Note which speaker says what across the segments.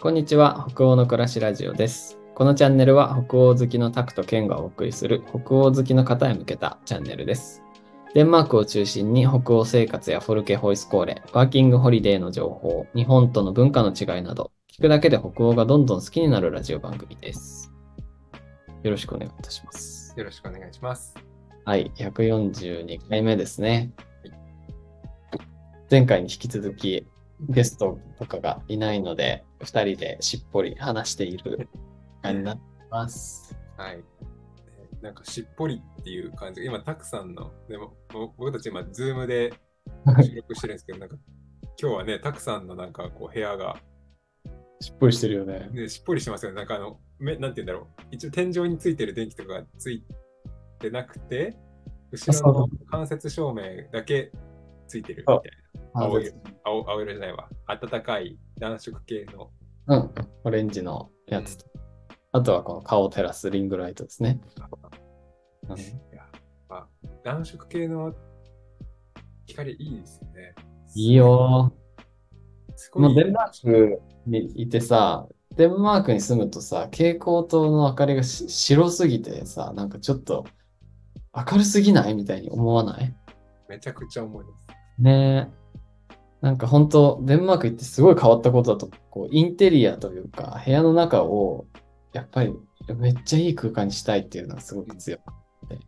Speaker 1: こんにちは北欧の暮らしラジオですこのチャンネルは北欧好きのタクとケンがお送りする北欧好きの方へ向けたチャンネルですデンマークを中心に北欧生活やフォルケホイスコーレワーキングホリデーの情報日本との文化の違いなど聞くだけで北欧がどんどん好きになるラジオ番組ですよろしくお願いいたします
Speaker 2: よろしくお願いします。
Speaker 1: はい142回目ですね前回に引き続きゲストとかがいないので2人でしっぽり話している感じになってます。
Speaker 2: はい。えーなんかしっぽりっていう感じが、今、たくさんの、でもぼ僕たち今、ズームで収録してるんですけど、なんか今日はね、たくさんのなんかこう部屋が、
Speaker 1: しっぽりしてるよね。
Speaker 2: ね、しっぽりしてますよね。なんかあの、めなんて言うんだろう。一応天井についてる電気とかがついてなくて、後ろの間接照明だけついてるみたいな。青い青青色じゃないわ。暖かい暖色系の
Speaker 1: うん。オレンジのやつと。あとはこの顔を照らすリングライトですね。うん
Speaker 2: いや、まあ、暖色系の光いいですね。
Speaker 1: いい。よ
Speaker 2: す
Speaker 1: ー。
Speaker 2: ご
Speaker 1: もう
Speaker 2: い。
Speaker 1: デンマークにいてさ、デンマークに住むとさ、蛍光灯の明かりがし白すぎてさ、なんかちょっと明るすぎないみたいに思わない
Speaker 2: めちゃくちゃ思います。
Speaker 1: ねえ。なんか本当、デンマーク行ってすごい変わったことだと、こう、インテリアというか、部屋の中を、やっぱり、めっちゃいい空間にしたいっていうのはすごく強くて、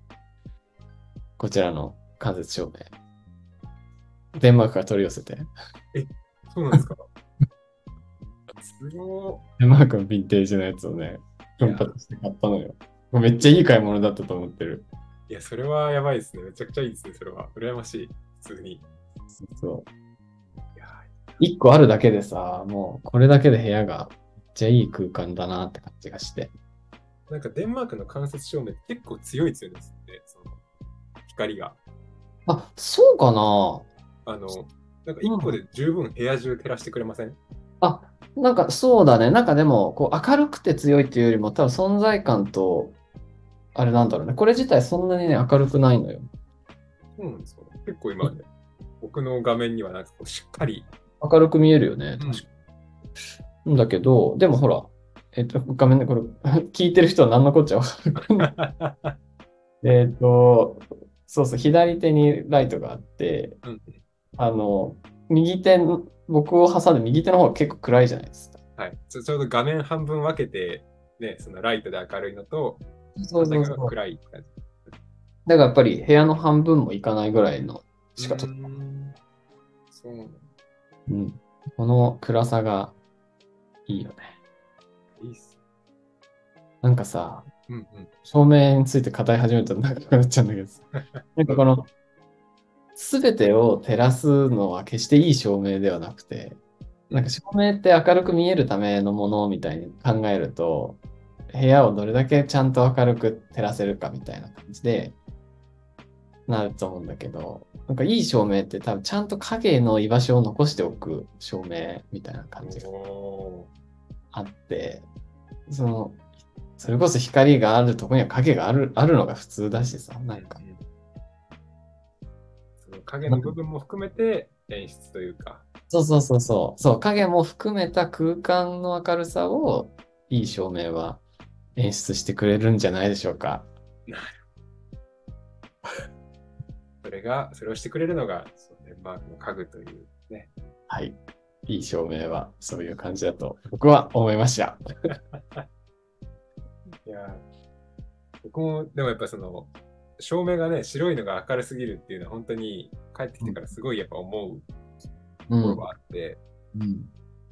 Speaker 1: こちらの間接照明、デンマークから取り寄せて、
Speaker 2: そうなんですかすご
Speaker 1: デンマークのヴィンテージのやつをね、
Speaker 2: い。い
Speaker 1: 奮
Speaker 2: や、
Speaker 1: 発して買ったのよ。めっちゃいい買い物だったと思ってる。
Speaker 2: いやそれはやばいですね。めちゃくちゃいいですね。それは。羨ましい。普通に。い
Speaker 1: そう。
Speaker 2: や
Speaker 1: 一個あるだけでさ、もう、これだけで部屋が、めっちゃいい空間だなって感じがして。
Speaker 2: なんかデンマークの間接照明結構強いですよね。その光が。
Speaker 1: あ、そうかな
Speaker 2: あの、なんか1個で十分部屋中照らしてくれません、
Speaker 1: あ、なんかそうだね。なんかでも、こう明るくて強いっていうよりも、多分存在感と、あれなんだろうね。これ自体そんなにね、明るくないのよ。
Speaker 2: そうなんですか結構今ね、僕の画面にはなんかこうしっかり。
Speaker 1: 明るく見えるよね。
Speaker 2: うん
Speaker 1: 確かに。んだけど、でもほら、えっと、画面でこれ、 聞いてる人は何のこっちゃわかんない。 えっと、そうそう、左手にライトがあって、
Speaker 2: うん
Speaker 1: あの、右手の、僕を挟んで右手の方が結構暗いじゃないですか。
Speaker 2: はい、ちょちょうど画面半分分けて、ね、そのライトで明るいのと、
Speaker 1: そうそうそ
Speaker 2: 片
Speaker 1: う
Speaker 2: 側が暗い感じ。
Speaker 1: だからやっぱり部屋の半分もいかないぐらいのしか撮っ
Speaker 2: うーんそうなんだ
Speaker 1: うん、この暗さがいいよね。
Speaker 2: いいっす。
Speaker 1: なんかさ、
Speaker 2: うんうん。
Speaker 1: 照明について語り始めたら長くなっちゃうんだけどさ、なんかこの、すべてを照らすのは決していい照明ではなくて、なんか照明って明るく見えるためのものみたいに考えると、部屋をどれだけちゃんと明るく照らせるかみたいな感じで、なると思うんだけど、なんかいい照明って多分ちゃんと影の居場所を残しておく照明みたいな感じが
Speaker 2: お
Speaker 1: あって、その、それこそ光があるとこには影があるあるのが普通だしさ、
Speaker 2: ー
Speaker 1: なんか
Speaker 2: う、んうんその影の部分も含めて演出というか。
Speaker 1: そうそうそうそう、そう、影も含めた空間の明るさを、いい照明は演出してくれるんじゃないでしょうか。
Speaker 2: それが、それをしてくれるのが、そのデンマークの家具という。
Speaker 1: はい。いい照明は、そういう感じだと、僕は思いました。
Speaker 2: いやー、僕も、でもやっぱその、照明がね、白いのが明るすぎるっていうのは、本当に帰ってきてからすごいやっぱ思う
Speaker 1: う
Speaker 2: ところ
Speaker 1: ん。
Speaker 2: があって、
Speaker 1: うん、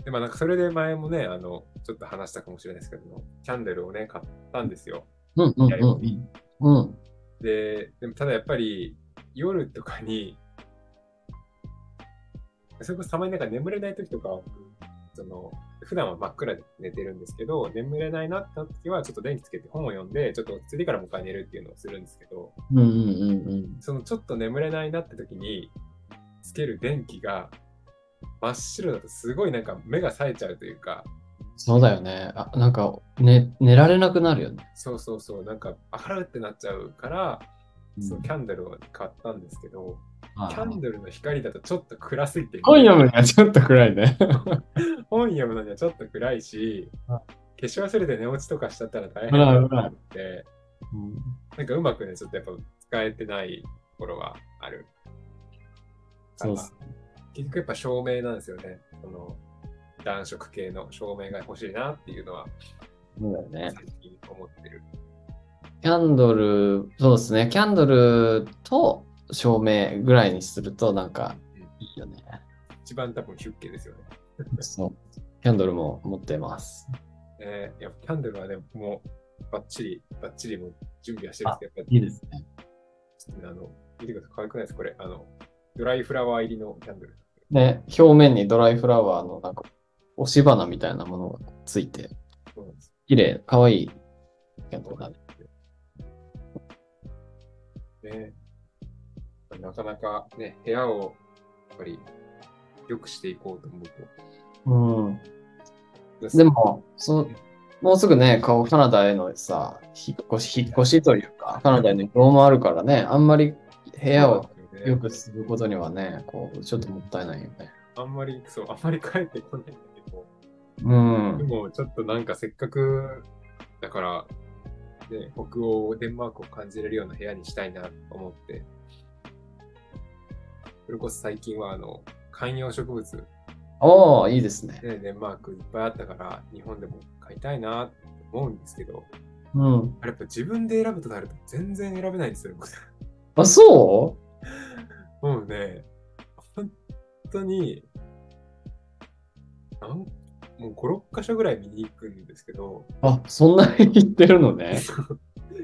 Speaker 2: で、まあなんかそれで前もね、あの、ちょっと話したかもしれないですけども、キャンドルをね、買ったんですよ。
Speaker 1: うん、うん、うん。うん。
Speaker 2: で、でもただやっぱり夜とかに、それこそたまになんか眠れない時とかは、その、普段は真っ暗で寝てるんですけど、眠れないなってなった時は、ちょっと電気つけて本を読んで、ちょっと落ち着いてからもう一回寝るっていうのをするんですけど、
Speaker 1: うん、うん、うん。
Speaker 2: そのちょっと眠れないなって時に、つける電気が真っ白だとすごいなんか目が冴えちゃうというか、
Speaker 1: そうだよね。あ、なんか、ね、寝られなくなるよね。
Speaker 2: そうそうそう、なんか明るってなっちゃうから、
Speaker 1: うん
Speaker 2: そのキャンドルを買ったんですけど、
Speaker 1: はい
Speaker 2: キャンドルの光だとちょっと暗すぎて、
Speaker 1: 本読むにはちょっと暗いね。
Speaker 2: 本読むのにはちょっと暗いし、
Speaker 1: は
Speaker 2: 化粧忘れて寝落ちとかしちゃったら大
Speaker 1: 危
Speaker 2: 変
Speaker 1: ない
Speaker 2: だ
Speaker 1: 危ない
Speaker 2: なって、なんかうまくね、ちょっとやっぱ使えてないところはある。
Speaker 1: そうっす
Speaker 2: 結局やっぱ照明なんですよね。その暖色系の照明が欲しいなっていうのは
Speaker 1: そうだよね
Speaker 2: 最。近思ってる。
Speaker 1: キャンドル、そうですね。キャンドルと照明ぐらいにすると、なんか、いいよね。
Speaker 2: 一番多分出家ですよね。
Speaker 1: そう。キャンドルも持ってます。
Speaker 2: えー、やっぱキャンドルはね、もうバッチリ、バッチリもう準備はしてるんですけど、やっぱ
Speaker 1: いいですね。
Speaker 2: ちょっとねあの、見てください。可愛くないですこれ、あの、ドライフラワー入りのキャンドル。
Speaker 1: で、表面にドライフラワーのなんか、押し花みたいなものがついて、
Speaker 2: そうなんです。
Speaker 1: 綺麗、可愛いキャンドルだね。
Speaker 2: ね、なかなかね、部屋をやっぱり良くしていこうと思う
Speaker 1: うん。
Speaker 2: と。
Speaker 1: で、も、そう、もうすぐね、こう、カナダへのさ、引っ越し、引っ越しというか、カナダへの移動もあるからね、あんまり部
Speaker 2: 部
Speaker 1: 屋を、よ
Speaker 2: ね、
Speaker 1: くすることにはね、こう、ちょっともったいないよね。
Speaker 2: あんまり、そう、あんまり帰ってこないんだけど、
Speaker 1: う
Speaker 2: で
Speaker 1: ん。
Speaker 2: もちょっとなんかせっかく、だから、ね、北欧、デンマークを感じれるような部屋にしたいなと思って、それこそ最近はあの、観葉植物、ね、
Speaker 1: おー、いいですね。
Speaker 2: デンマークいっぱいあったから、日本でも買いたいなと思うんですけど、
Speaker 1: うん。
Speaker 2: あれやっぱ自分で選ぶとなると全然選べないんですよ。
Speaker 1: あ、そ
Speaker 2: もうね、本当に、なんもう5、6箇所ぐらい見に行くんですけど、
Speaker 1: うあ、そんなに言ってるの ね。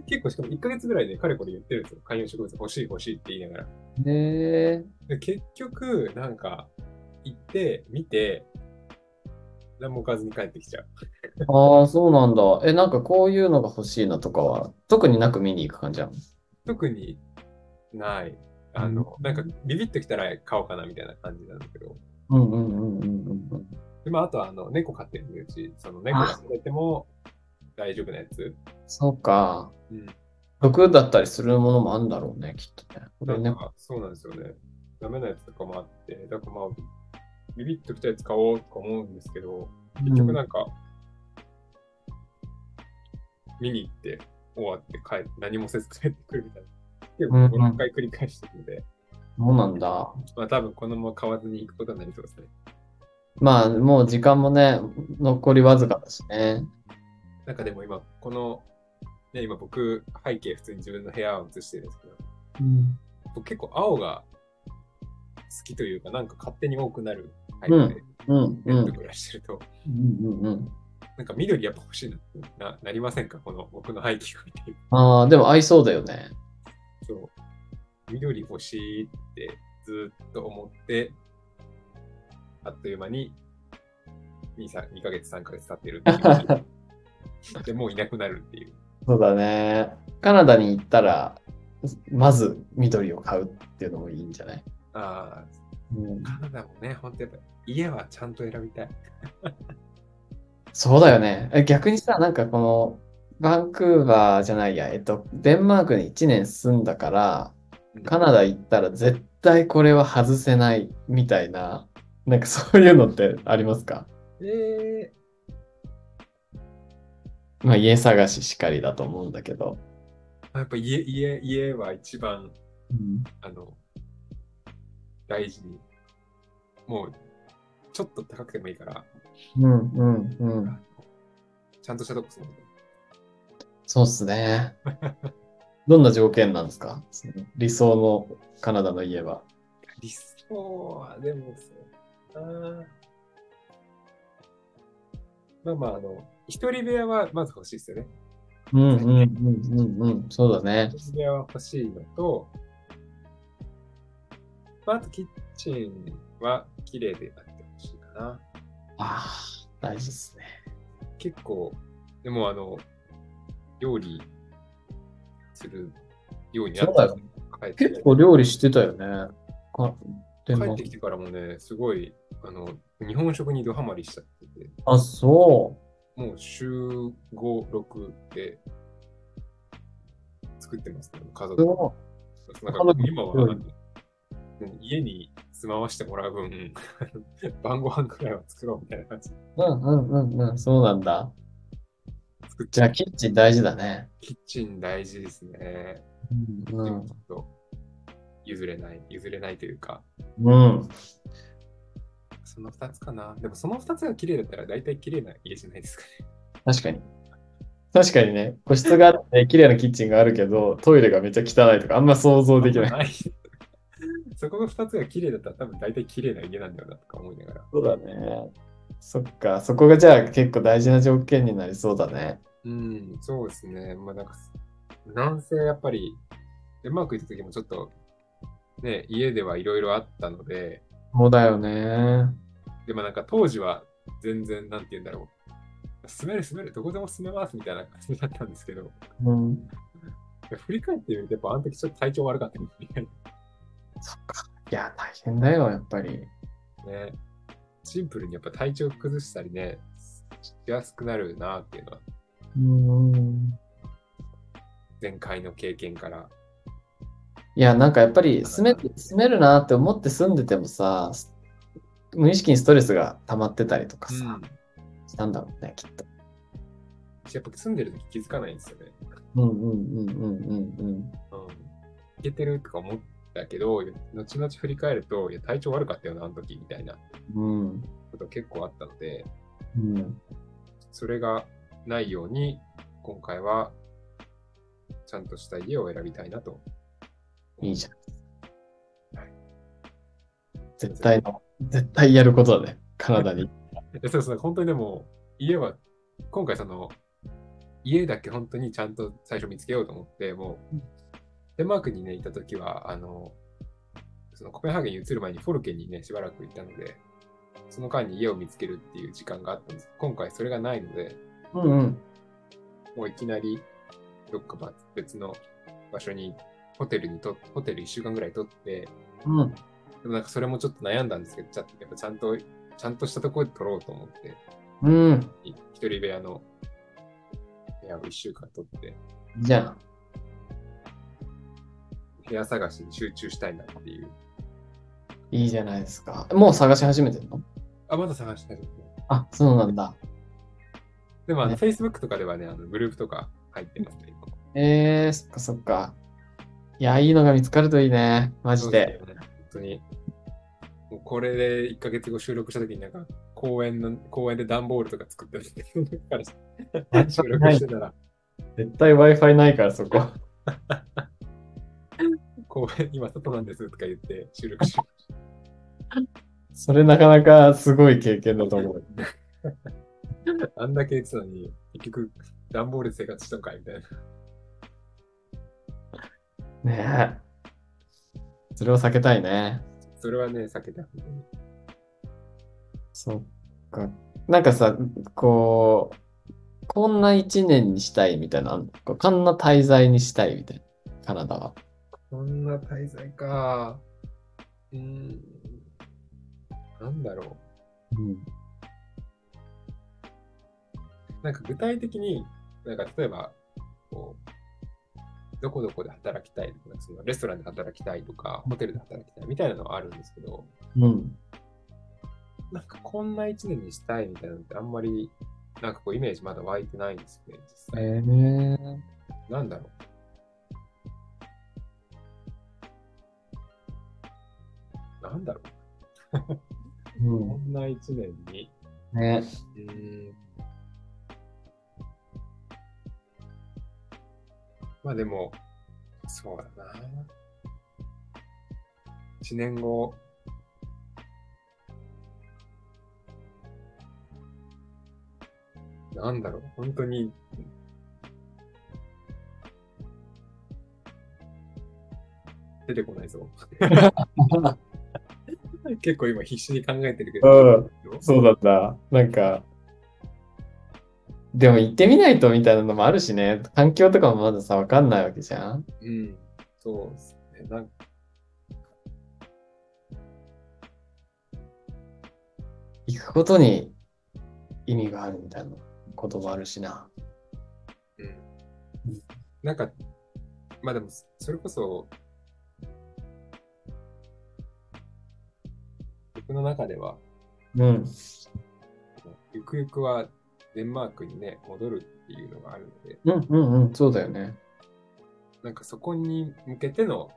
Speaker 2: 結構しかも1ヶ月ぐらいでかれこれ言ってるんですよ。観葉植物欲しい欲しいって言いながら。
Speaker 1: へえ。
Speaker 2: で結局、なんか、行って、見て、何も置かずに帰ってきちゃう。
Speaker 1: ああ、そうなんだ。え、なんかこういうのが欲しいなとかは、特になく見に行く感じなの
Speaker 2: 特にない。あの、なんかビビってきたら買おうかなみたいな感じなんだけど。
Speaker 1: うんうんうんうんうんうん。
Speaker 2: で、まあ、あとはあの、猫飼ってるんで、うち、その猫が触れても大丈夫なやつ。
Speaker 1: そうか。
Speaker 2: うん。
Speaker 1: 毒だったりするものもあるんだろうね、きっとね。こ
Speaker 2: な
Speaker 1: れ
Speaker 2: ん
Speaker 1: ね。
Speaker 2: か、そうなんですよね。ダメなやつとかもあって、だからまあ、ビビッときたやつ買おうとか思うんですけど、結局なんか、見に行って、終わって帰って、何もせず帰ってくるみたいな。結構
Speaker 1: うんうん
Speaker 2: 5、6回繰り返してるので、
Speaker 1: そうなんだ。
Speaker 2: まあ多分このまま買わずに行くことになりそうですね。
Speaker 1: まあ、もう時間もね、残りわずかだしね。
Speaker 2: なんかでも今、この、ね、今僕、背景普通に自分の部屋を映してるんですけど、
Speaker 1: うん。
Speaker 2: 僕結構青が好きというか、なんか勝手に多くなるタイプで、
Speaker 1: うん、う
Speaker 2: ネッ
Speaker 1: ん
Speaker 2: ト。暮らしてると、
Speaker 1: うん、うん、うん。
Speaker 2: なんか緑やっぱ欲しいな、ななりませんかこの僕の背景を見てる
Speaker 1: ああ、でも合いそうだよね。
Speaker 2: と。そう緑欲しいってずっと思って、あっという間に 2, さん2ヶ月、3ヶ月経ってるっていうで、もういなくなるっていう。
Speaker 1: そうだね。カナダに行ったら、まず緑を買うっていうのもいいんじゃない
Speaker 2: あ
Speaker 1: うん
Speaker 2: あ、カナダもね、本当やっぱ家はちゃんと選びたい。
Speaker 1: そうだよね。え逆にさ、なんかこの、バンクーバーじゃないや、えっと、デンマークに1年住んだから、カナダ行ったら絶対これは外せないみたいな、なんかそういうのってありますか
Speaker 2: え
Speaker 1: まあ家探ししかりだと思うんだけど。
Speaker 2: ー、やっぱ家、家、家は一番、あの、大事に。もう、ちょっと高くてもいいから、
Speaker 1: うんうんうん。
Speaker 2: ちゃんとしたとこ住んで
Speaker 1: そうっすね。 どんな条件なんですかその理想のカナダの家は。
Speaker 2: 理想は、でもそうな。まあまあ、あの、一人部屋はまず欲しいですよね。
Speaker 1: うんうんうんうんうん。そうだね。
Speaker 2: 一人部屋は欲しいのと、まあ、あとキッチンは綺麗であってほしいかな。
Speaker 1: ああ、大事っすね。
Speaker 2: 結構、でもあの、料理するようになっ
Speaker 1: そうだ
Speaker 2: た
Speaker 1: よ
Speaker 2: 帰って
Speaker 1: 結構料理してたよね。かデンマ
Speaker 2: 帰
Speaker 1: ー
Speaker 2: って
Speaker 1: ク
Speaker 2: きてからもね、すごい、あの、日本食にドハマりしちゃってて、
Speaker 1: あ、そ
Speaker 2: もう週5、6で作ってますね、家
Speaker 1: う。す
Speaker 2: 族。
Speaker 1: ご
Speaker 2: なんか今は、うん家に住まわしてもらう分、 晩ご飯くらいは作ろうみたいな感じ。
Speaker 1: うんうんうんうん、そうなんだ。
Speaker 2: 作っち
Speaker 1: じゃ
Speaker 2: ゃ
Speaker 1: あ、
Speaker 2: う。
Speaker 1: キッチン大事だね。
Speaker 2: キッチン大事ですね。
Speaker 1: う
Speaker 2: でも
Speaker 1: ん
Speaker 2: ちょ。っと譲れない、譲れないというか、
Speaker 1: うん。
Speaker 2: その2つかな。でもその2つが綺麗だったら大体綺麗な家じゃないですかね。
Speaker 1: 確かに。確かにね、個室があって、綺麗なキッチンがあるけど、トイレがめっちゃ汚いとか、あんま想像できない。
Speaker 2: い。 そこの2つが綺麗だったら多分大体綺麗な家なんだよなとか思いながら。
Speaker 1: そうだね。そっか、そこがじゃあ結構大事な条件になりそうだね。
Speaker 2: うん、そうですね。まあなんか、なんせやっぱり、デンマーク行った時もちょっと、ね、家ではいろいろあったので、
Speaker 1: そうだよね。
Speaker 2: でもなんか当時は全然、なんて言うんだろう。住める住める、どこでも住めますみたいな感じだったんですけど、
Speaker 1: うん。
Speaker 2: 振り返ってみると、やっぱあの時ちょっと体調悪かったみたい
Speaker 1: そっか。いや、大変だよ、やっぱり。
Speaker 2: なね。シンプルにやっぱ体調崩したりね、しやすくなるなっていうのは、
Speaker 1: うん。
Speaker 2: 前回の経験から。
Speaker 1: いや、なんかやっぱり住め、住めるなって思って住んでてもさ、無意識にストレスが溜まってたりとかさ、したんだろうね、きっと。
Speaker 2: やっぱ住んでる時気づかないんですよね。
Speaker 1: うんうんうんうんうんうん。
Speaker 2: うんいけてるとか思ったけど、後々振り返ると、いや、体調悪かったよな、あの時みたいな
Speaker 1: うん。
Speaker 2: こと結構あったので、
Speaker 1: うん、
Speaker 2: それがないように、今回は、ちゃんとした家を選びたいなと。
Speaker 1: いいじゃん
Speaker 2: はい。
Speaker 1: 絶対の、絶対やることだね、体に。
Speaker 2: いやそうそう、本当にでも、家は、今回その、家だけ本当にちゃんと最初見つけようと思って、もう、デンマークにね、いた時は、あの、そのコペンハーゲンに移る前にフォルケンにね、しばらくいたので、その間に家を見つけるっていう時間があったんです。今回それがないので、
Speaker 1: うんうん。
Speaker 2: もういきなり、どっかば別の場所に、ホテルにと、ホテル1週間ぐらい取って、
Speaker 1: うん。
Speaker 2: でもなんかそれもちょっと悩んだんですけど、ちゃやっぱちゃんと、ちゃんとしたところで取ろうと思って、
Speaker 1: うん。
Speaker 2: 一人部屋の部屋を一週間取って、
Speaker 1: いいじゃん。
Speaker 2: 部屋探しに集中したいなっていう。
Speaker 1: いいじゃないですか。もう探し始めてるの
Speaker 2: あ、まだ探したいですね。
Speaker 1: あ、そうなんだ。
Speaker 2: でも、あの、
Speaker 1: ね
Speaker 2: Facebook とかではね、あのグループとか入ってますね。今
Speaker 1: えー、そっかそっか。いや、いいのが見つかるといいね。マジで。。
Speaker 2: そうすよね本当に。もうこれで1ヶ月後収録した時になんか、公園の、公園で段ボールとか作ってるから収録してたら、
Speaker 1: 絶対 Wi-Fi ないから、そこ。
Speaker 2: 公園、今外なんですとか言って収 録しまし
Speaker 1: それなかなかすごい経験だと思う。
Speaker 2: た。あんだけ言ってたのに、結局、段ボールで生活したのかいみたいな。
Speaker 1: ねえ。それを避けたいね。
Speaker 2: それはね、避けた。
Speaker 1: そっか。なんかさ、こう、こんな一年にしたいみたいなのあんのこうこんな滞在にしたいみたいな。カナダは。
Speaker 2: そんな滞在か。うーん。なんだろ
Speaker 1: うん。
Speaker 2: う。なんか具体的に、なんか例えば、こう、どこどこで働きたいとか、なんかそのレストランで働きたいとか、ホテルで働きたいみたいなのはあるんですけど、
Speaker 1: うん。
Speaker 2: なんかこんな一年にしたいみたいなのってあんまり、なんかこうイメージまだ湧いてないんですよね、実際。
Speaker 1: えー、
Speaker 2: なんだろう。なんだろう。こ
Speaker 1: うん
Speaker 2: な一年に。
Speaker 1: ん。ね
Speaker 2: うーんまあでも、そうだな。1年後、なんだろう、本当に、出てこないぞ。結構今必死に考えてるけど、
Speaker 1: そうだった。なんか、でも行ってみないとみたいなのもあるしね、環境とかもまださ、わかんないわけじゃん。
Speaker 2: うん、そうですね。なんか
Speaker 1: 行くことに意味があるみたいなこともあるしな。
Speaker 2: うんなんか、まあでも、それこそ、僕の中では、
Speaker 1: うん。
Speaker 2: ゆくゆくはデンマークにね、戻るっていうのがあるので、
Speaker 1: うんうんうん。そうだよね。
Speaker 2: なんかそこに向けての、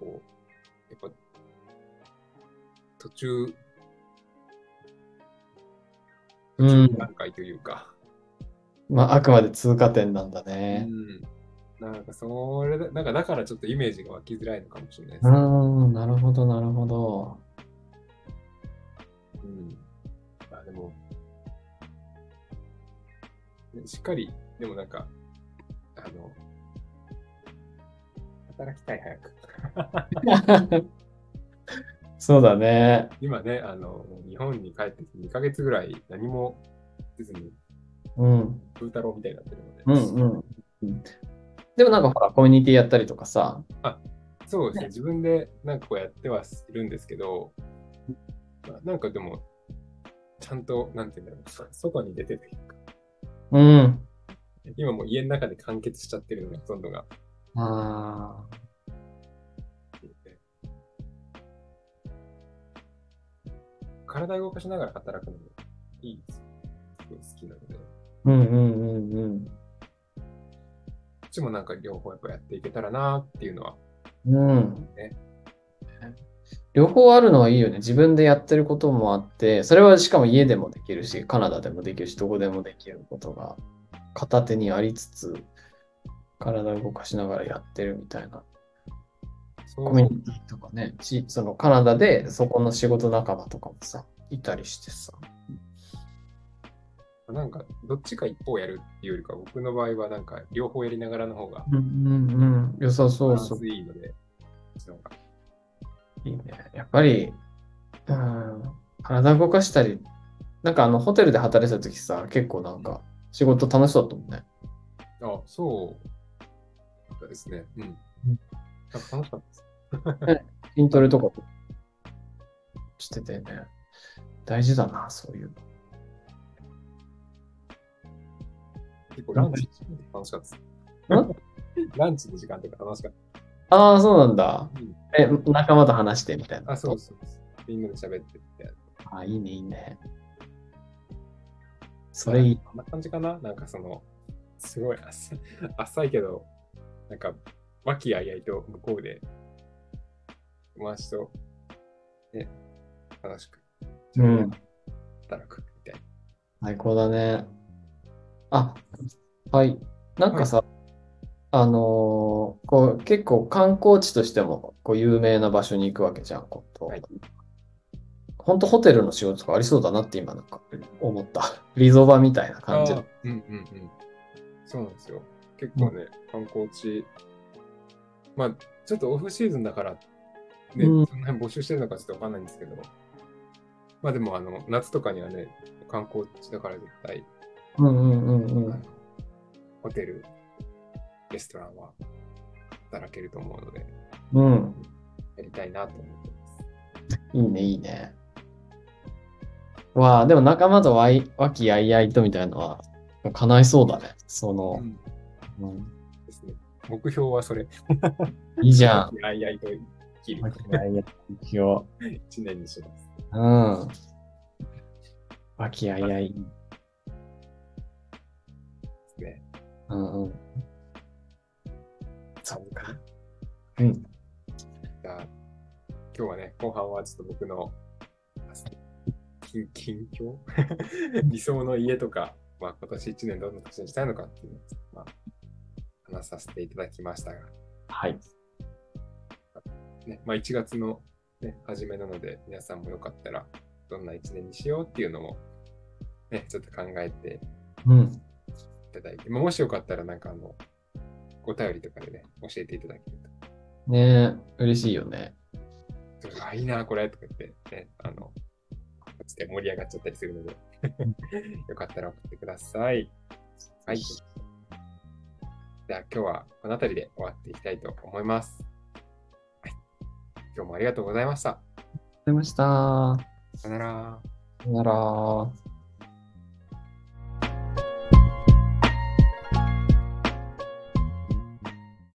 Speaker 2: こう、やっぱ、途中、
Speaker 1: う
Speaker 2: 途中
Speaker 1: ん。
Speaker 2: 段階というか、
Speaker 1: まあ、あくまで通過点なんだ
Speaker 2: う
Speaker 1: ね。
Speaker 2: ん。なんかそれだ、なんかだからちょっとイメージが湧きづらいのかもしれないで
Speaker 1: う
Speaker 2: すね。
Speaker 1: ん、なるほど、なるほど。
Speaker 2: うん。あでも、ねしっかり、でもなんか、あの、働きたい早く。
Speaker 1: そうだね。
Speaker 2: 今ね、あの、日本に帰ってきて2ヶ月ぐらい何もせずに、
Speaker 1: うん。
Speaker 2: 風太郎みたいになってるので、
Speaker 1: うんうんうん。でもなんかほら、コミュニティやったりとかさ。
Speaker 2: そうですね、自分でなんかこうやってはいるんですけど、まあなんかでも、ちゃんと、なんて言うんだろう、外に出てて、
Speaker 1: うん。
Speaker 2: 今もう家の中で完結しちゃってるのがほとんどが。
Speaker 1: ああ。
Speaker 2: 体を動かしながら働くのもいいです。すごい好きなので。こ
Speaker 1: うんうんうんうん。
Speaker 2: っちもなんか両方やっぱやっていけたらなっていうのは。
Speaker 1: うん
Speaker 2: ね。
Speaker 1: 両方あるのはいいよね。自分でやってることもあって、それはしかも家でもできるし、カナダでもできるし、どこでもできることが片手にありつつ、体を動かしながらやってるみたいな。
Speaker 2: そう
Speaker 1: コミュニティとかね、ちそのカナダでそこの仕事仲間とかもさ、いたりしてさ。
Speaker 2: なんかどっちか一方やるっていうよりか、僕の場合はなんか両方やりながらの方が
Speaker 1: うんうんうん。良さ
Speaker 2: バ
Speaker 1: そ
Speaker 2: ラ
Speaker 1: う
Speaker 2: ン
Speaker 1: そう。
Speaker 2: スいいので、そっちの方が
Speaker 1: いいね。やっぱり、うん、体動かしたり、なんかあの、ホテルで働いてた時さ、結構なんか、仕事楽しそうだったもんね。
Speaker 2: あ、そうですね。うん。
Speaker 1: うん
Speaker 2: なんか楽しかったです。
Speaker 1: 筋トレとかもしててね。大事だな、そういうの。
Speaker 2: 結構ランチ楽しかったです。ランチの時間とか楽しかっ
Speaker 1: ああ、そうなんだ。
Speaker 2: た。うん
Speaker 1: え、仲間と話してみたいな。
Speaker 2: あ、そうそうそう。みんなで喋ってって。
Speaker 1: あーいいね、いいね。それいい。
Speaker 2: こんな感じかななんかその、すごい浅い浅いけど、なんか、和気あいあいと向こうで、友達と、ね、楽しく、
Speaker 1: うん。
Speaker 2: 働くみたい
Speaker 1: 最高だね。あ、はい。なんかさ、あのーこう、結構観光地としてもこう有名な場所に行くわけじゃん、今度
Speaker 2: はい。
Speaker 1: 本当ホテルの仕事とかありそうだなって今なんか思った。 リゾバみたいな
Speaker 2: な。
Speaker 1: 感じ。
Speaker 2: あーうんうんうん。そうなんですよ。結構ね、観光地、まあ、ちょっとオフシーズンだから、ね、
Speaker 1: うん
Speaker 2: そんなに募集してるのかちょっとわかんないんですけど、まあでも、あの、夏とかにはね、観光地だから絶対、
Speaker 1: うんうんうんう
Speaker 2: あの
Speaker 1: ん。
Speaker 2: ホテル、レストランは働けると思うので、
Speaker 1: うん。
Speaker 2: やりたいなと思ってます。
Speaker 1: いいね、いいね。わあ、でも仲間とわい、和気あいあいとみたいのは叶いそうだね。その、うん
Speaker 2: ですね、目標はそれ。
Speaker 1: いいじゃん。
Speaker 2: あいあいと生きる
Speaker 1: 和気あいあい、目標。
Speaker 2: 一年にします。
Speaker 1: うん。和気あいあい。
Speaker 2: ですね。
Speaker 1: うんうん。そうか。うん。
Speaker 2: じゃあ、今日はね、後半はちょっと僕の近近況 理想の家とか、まあ、今年一年どんな年にしたいのかっていうのを、まあ、話させていただきましたが、
Speaker 1: はい。
Speaker 2: ねまあ、1月の、ね、初めなので、皆さんもよかったら、どんな1年にしようっていうのも、ね、ちょっと考えて
Speaker 1: うん。
Speaker 2: いただいて、まあもしよかったら、なんかあの、お便りとかでね、教えていただける
Speaker 1: ねえ、嬉しいよね。
Speaker 2: と、あ、いいな、これとか言って、ね、あの、つって盛り上がっちゃったりするので、 よかったら送ってください。はい。じゃあ、今日はこの辺りで終わっていきたいと思います。はい。今日もありがとうございました。
Speaker 1: ありがとうございました。さ
Speaker 2: さよなら。
Speaker 1: よなら。